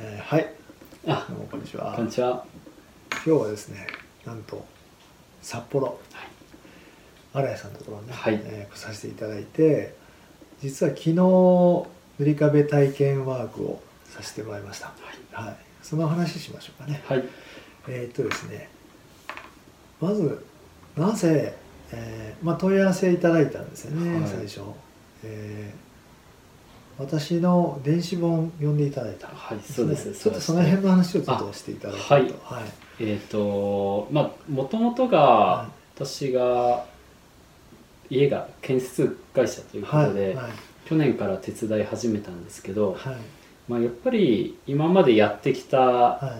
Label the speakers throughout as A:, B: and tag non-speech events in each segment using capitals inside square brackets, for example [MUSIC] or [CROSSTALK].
A: えーはい、
B: あ
A: どうもこんにちは。
B: こんにちは。
A: 今日はですね、なんと札幌
B: はい
A: 新井さんのところに、ね
B: はい
A: えー来させていただいて、実は昨日塗り壁体験ワークをさせてもらいました。はい、その話しましょうかね。
B: はい。
A: えーっとですね、まずなぜ、えーまあ、問い合わせいただいたんですよね、
B: はい
A: 最初、えー私の電子本読んでいただいた、
B: はいそうです
A: ちょっとその辺の話をちょっとしていただくと
B: あはい
A: はい
B: えっ、と、まあ、もともと
A: は
B: が、私が。家が建設会社というこ
A: はい
B: とで、
A: はい
B: 去年から手伝い始めたんですけど、
A: はい
B: まあ、やっぱり今までやってきた
A: は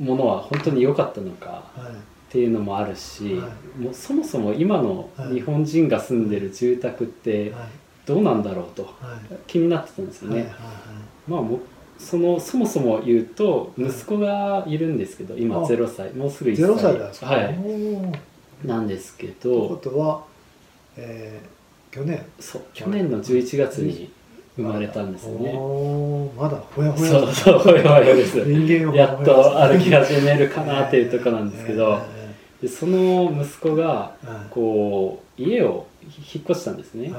A: い
B: ものは本当に良かったのか
A: はい
B: っていうのもあるし、
A: は
B: もうそもそも今の日本人が住んでる住宅って
A: はい
B: どうなんだろうと
A: はい
B: 気になってたんですよね。
A: はいはい
B: まあもうそのそもそも言うと
A: うん
B: 息子がいるんですけど今
A: あ
B: 0歳もうすぐ1歳
A: ゼロ歳なんですか、
B: は
A: お
B: い、
A: ー
B: なんですけ
A: というこ
B: ど
A: とは、えー、去年
B: そう去年の11月に生まれたんですよね
A: おーまだほやほや
B: そうそうほやほやです
A: 人間を
B: やっと歩き始めるかなっていうところなんですけどでその息子がこう家を引っ越したんですね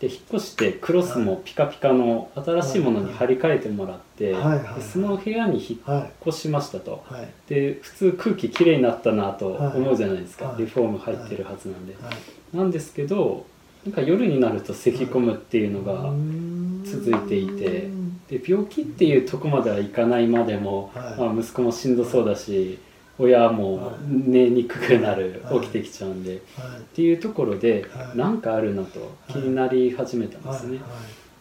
B: で引っ越してクロスもピカピカの新しいものに張り替えてもらってで
A: はいはい
B: その部屋に引っ
A: はい
B: 越しましたと
A: はいはい
B: で普通空気きれいになったなと
A: はい
B: 思うじゃないですか、
A: はい
B: リフォーム入ってるはずなんで、なんですけどなんか夜になると咳き込むっていうのが、続いていてで病気っていうとこまではいかないまでも、
A: はい
B: まあ、息子もしんどそうだし親も
A: はい
B: 寝にくくなる、
A: はい
B: 起きてきちゃうんでっ
A: はい
B: ていうところで、
A: はい
B: なんかあるなと気になり始めたんで
A: は
B: すね、
A: い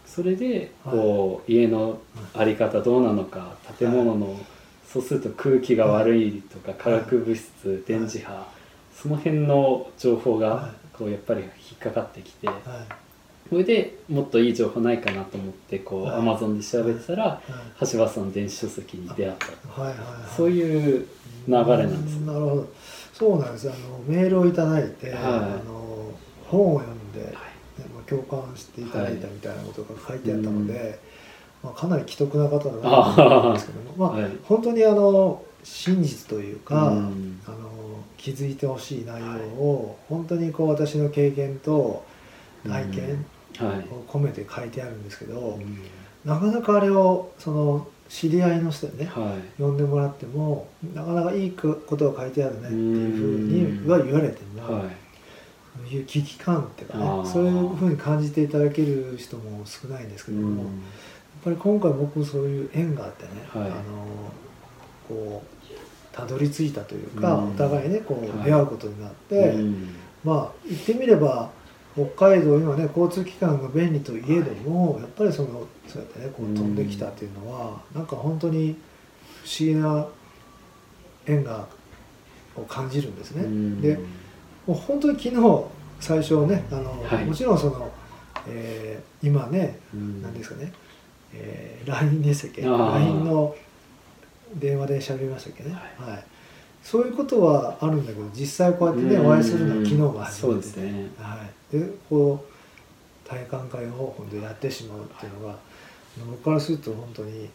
B: それでこう、家の在り方どうなのか建物の、そうすると空気が悪いとか、化学物質、電磁波、その辺の情
A: は
B: 報が
A: い
B: こうやっぱり引っかかってきて、
A: はい
B: それでもっといい情報ないかなと思ってこう、
A: はい
B: Amazon で調べてたら、
A: は
B: 橋場さんの電子書籍に出会った、
A: いはい
B: そういう流れなんです、
A: なるほどそうなんですあのメールをいただいて、あの本を読んで、
B: はい
A: 共感していただいたみたいなことが書いてあったので、まあ、かなり既得な方だなと思うんですけどもまあ、
B: はい
A: 本当にあの真実というか、
B: うん
A: あの気づいてほしい内容を本当にこう私の経験と体験
B: はい
A: を込めて書いてあるんですけど、
B: うん
A: なかなかあれをその知り合いの人にね
B: はい
A: 呼んでもらってもなかなかいいことが書いてあるねっていうふうには言われても、
B: はい
A: そういう危機感っていうか
B: あ
A: ね
B: ー
A: そういうふうに感じていただける人も少ないんですけども、やっぱり今回僕そういう縁があってね、
B: はい
A: あのこうたどり着いたというか、
B: うん
A: お互いねこ
B: は
A: う
B: い
A: 出会うことになって、
B: うん
A: まあ言ってみれば北海道今ね交通機関が便利といえども、やっぱりそのそうやってねこう飛んできたっていうのは、なんか本当に不思議な縁がを感じるんですね。
B: うん
A: でもう本当に昨日最初ねあの、
B: はい
A: もちろんその、えー今ね
B: うん
A: 何ですかね、えー LINE でしたっけ
B: あー
A: LINE の電話で喋りましたっけね、
B: は
A: はいそういうことはあるんだけど実際こうやってねお会いするのは昨日が初
B: そう
A: め
B: で
A: て
B: すね
A: はい、でこう体感会を本当やってしまうっていうのが、僕からすると本当に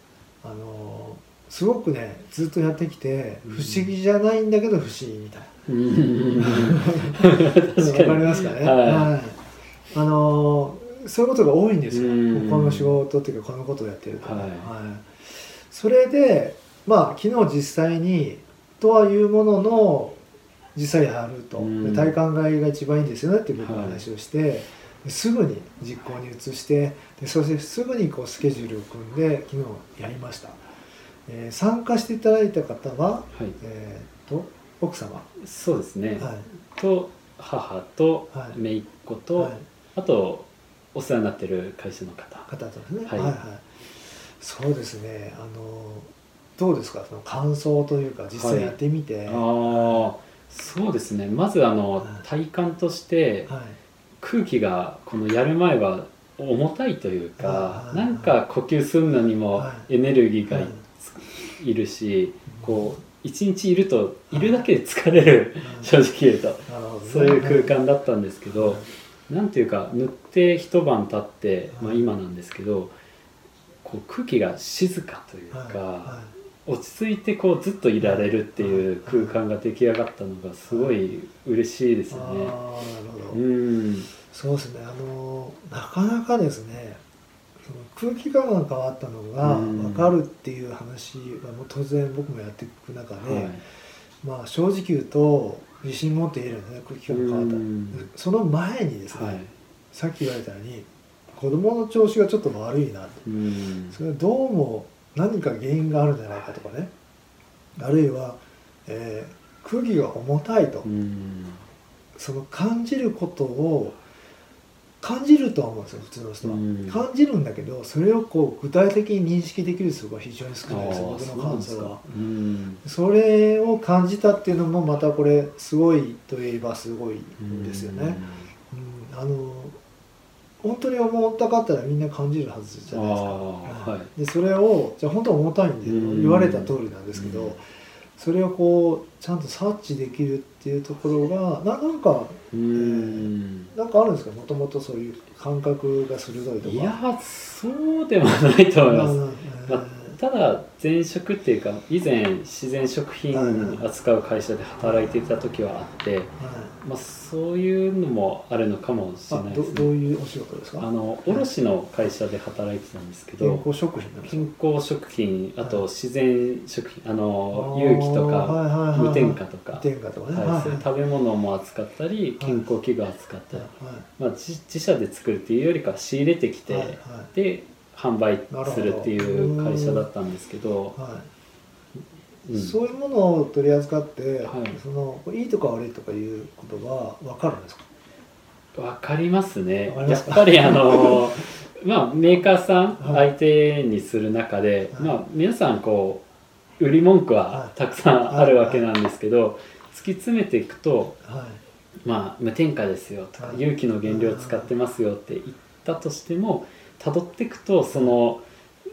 A: あのすごくねずっとやってきて不思議じゃないんだけど不思議みたいな。
B: うん [LAUGHS]
A: わか
B: 確か
A: り
B: に
A: ますかね。
B: はい
A: いあのーそういうことが多いんですよ。
B: うん
A: この仕事っていうかこのことをやってると、
B: はい
A: それでまあ昨日実際にとはいうものの実際やると、
B: うん
A: で体感買いが一番いいんですよねって僕の話をして、ですぐに実行に移してでそしてすぐにこうスケジュールを組んで昨日やりました、えー参加していただいた方は、
B: はい
A: えー、と奥様、
B: そうですね、
A: はい
B: と母と
A: はい
B: 姪っ子と、
A: はい
B: あとお世話になってる会社の方
A: 方とですね、
B: は
A: はいいはいそうですねあのどうですかその感想というか実際やってみて、はい
B: ああそうですねまずあの
A: はい
B: 体感として空気がこのやる前は重たいというか
A: はい
B: なんか呼吸するのにも
A: は
B: エネルギーが
A: はいい
B: いるしこう一日いるといるだけで疲れる正直言うと
A: なるほどね
B: そういう空間だったんですけ
A: は
B: ど
A: い
B: なんていうか塗って一晩経ってまあ
A: はい
B: 今なんですけどこう空気が静かという
A: はい
B: か
A: はい
B: 落ち着いてこうずっといられるっていう空間が出来上がったのがすごい嬉しいです
A: あ
B: よ
A: あな
B: ね。
A: るほど、
B: うん、
A: そうですねあのなかなかですねその空気感が変わったのが
B: うん
A: 分かるっていう話はもう当然僕もやっていく中で、
B: はい
A: まあ正直言うと自信持って言えるんですね空気感が変わった、
B: うん
A: その前にですね、
B: はい
A: さっき言われたように子供の調子がちょっと悪いなと
B: うん
A: それはどうも何か原因があるんじゃないかとかねあるいは、えー空気が重たいと、
B: うん
A: その感じることを感じるとは思うんですよ普通の人は、
B: うん
A: 感じるんだけどそれをこう具体的に認識できる人が非常に少
B: あ
A: ないです
B: ー
A: 僕
B: そう
A: の
B: なん
A: 感
B: です
A: 想
B: か
A: は。
B: うん
A: それを感じたっていうのもまたこれすごいといえばすごいですよね。うんあの本当に重たかったらみんな感じるはずじゃないですか。
B: あーはい
A: でそれをじゃあ本当は重たいんで
B: うん
A: 言われた通りなんですけど、
B: うん
A: それをこうちゃんと察知できるっていうところがななんか
B: うん
A: なんかあるんですかもともとそういう感覚が鋭いとか。
B: いやーそうではないと思います。
A: なな
B: まただ前職っていうか以前自然食品扱う会社で働いていた時はあって、
A: はい
B: まあ、そういうのもあるのかもしれない
A: あ
B: で
A: ど
B: す
A: どう
B: ね。
A: いうお仕事です
B: あ
A: か
B: の卸の会社で働いてたんですけ
A: 健
B: ど
A: 康食品なんですか
B: 健康食品あと自然食品あの
A: あー
B: 有機とか
A: はいはいはいはい
B: 無添加とか、
A: 無
B: はい
A: 添加とかね、
B: そういう食べ物も扱ったり健康器具扱ったり、まあ、自自社で作るっていうよりかは仕入れてきて、
A: はいはい
B: で販売するっていう会社だったんですけど、
A: はいはい
B: うん
A: そういうものを取り扱って、
B: はい
A: そのいいとか悪いとかいうことが分かるんですか、
B: わかりますね
A: わかりま
B: や
A: す
B: っ
A: か
B: ぱりあ
A: [LAUGHS]
B: のまあメーカーさん
A: はい
B: 相手にする中で、
A: はい
B: まあ皆さんこう売り文句
A: は
B: はいたくさんあるわけなんですけど、突き詰めていくと
A: はい
B: まあ無添加ですよとか、
A: はい
B: 有機の原料使ってますよって言ったとしても辿っていくとその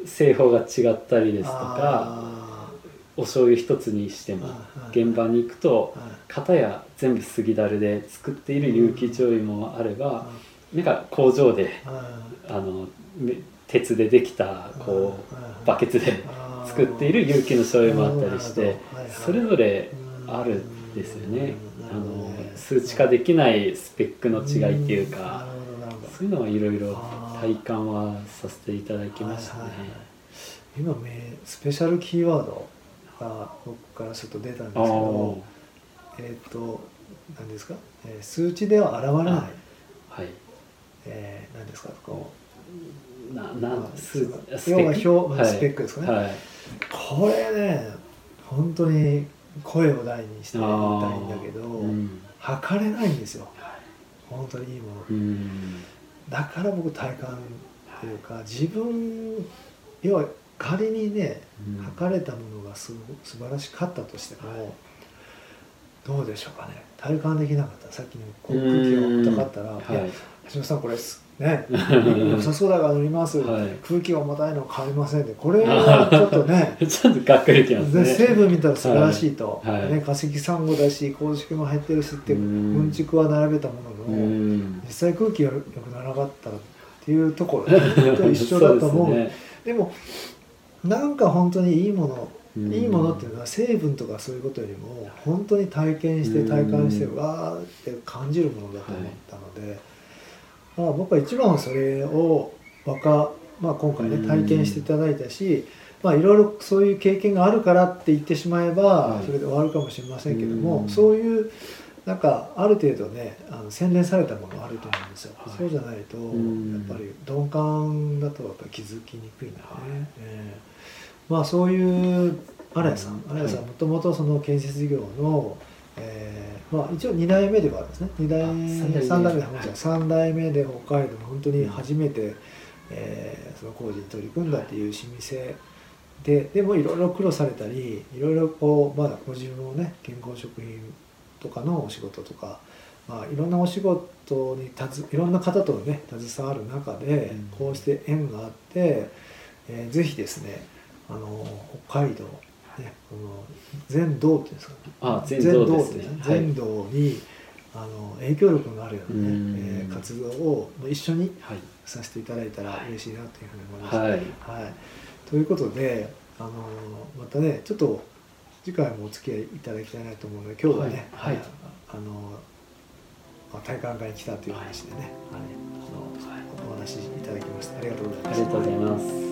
B: 製法が違ったりですとか
A: あ
B: お醤油一つにして
A: ー
B: も
A: はい
B: 現場に行くと
A: はい
B: 片や全部杉だるで作っている有機醤油もあれば、
A: はい
B: なんか工場で
A: あ
B: あのめ鉄でできた
A: ー
B: こ
A: はいう
B: バケツで
A: あー
B: 作っている有機の醤油もあったりして
A: なるほどはいはい
B: それぞれあるんですよねあの数値化できないスペックの違いっていうか
A: うんなるほどなるほど
B: そういうのはいろいろ
A: あー
B: 体感はさせていただきましたね
A: はいはいはい今めスペシャルキーワードが僕からちょっと出たんですけ
B: あ
A: ど
B: ー
A: えっ、と何ですか、えー数値では現れない
B: あ、はい
A: えー、何ですかこ
B: な
A: う
B: な
A: まあ
B: 数
A: そ
B: ス
A: の
B: ペ
A: 要は
B: ック
A: 表、
B: はい
A: スペックですかね、
B: はい
A: これね本当に声を大にして言いたいんだけど、
B: うん
A: 測れないんですよ
B: は
A: 本当にいいもの、
B: うん
A: だから僕体感っていうか自分要は仮にね
B: うん
A: 測れたものがすご素晴らしかったとしても、どうでしょうかね体感できなかったさっきのこう空気が重たかったら「いや
B: はい
A: 橋本さんこれす
B: [LAUGHS]
A: ね良さそうだから乗ります、
B: はい
A: 空気が重たいのは変わりません」でこれはちょっと
B: [LAUGHS]
A: ね
B: ちょっとがっかりきます
A: で
B: ね。
A: 成分見たら素晴らしいと、
B: はいはい
A: ね、化石サンゴだし公式も入ってるしって
B: うん
A: うんちくは並べたもの
B: う
A: の、
B: ん。
A: 実際空気がよくならなかったらっていうところ
B: [LAUGHS]
A: と一緒だと思う
B: そ
A: で
B: ですね
A: もなんか本当にいいもの、
B: うん
A: いいものっていうのは成分とかそういうことよりも本当に体験して体感して、
B: うん
A: わーって感じるものだと思ったので、まあ、僕は一番はそれを若、まあ、今回
B: う
A: ね
B: ん
A: 体験していただいたし、まあ、いろいろそういう経験があるからって言ってしまえば
B: はい
A: それで終わるかもしれませんけども、
B: うん
A: そういうなんかある程度ねあの洗練されたものがあると思うんですよ、
B: はい
A: そうじゃないとや
B: ん
A: っぱり鈍感だとやっぱり気づきにくいので、ねえーまあそういう新井さん
B: うん
A: 新井さん
B: は
A: もともとその建設事業の、えーまあ、一応2代目ではあるんですね2代
B: あ
A: 3
B: 三
A: 代
B: 代
A: 目
B: 目
A: で3代目で北海道の本当に初めて、えーその工事に取り組んだっていう老舗ででもいろいろ苦労されたりいろいろこうまだご自分をね健康食品とかのお仕事とか、まあ、いろんなお仕事にたずいろんな方とね携わる中で
B: うん
A: こうして縁があって、えーぜひですねあの北海道ねこの全道っていうんですか
B: あ、全道ですね。はい
A: 全道に、あの影響力のあるようなね
B: うん、
A: えー活動をまあ一緒に
B: はい。
A: させていただいたら嬉しいなというふうに思います。
B: はい。
A: はい、ということで、あのまたねちょっと次回もお付き合いいただきたいなと思うので今日はね、
B: はいはい
A: あの、まあ、体感会に来たという話でね、はいあのお話しいただきましたありがとうござい
B: あ
A: ま
B: り
A: し
B: が
A: た
B: とうございます。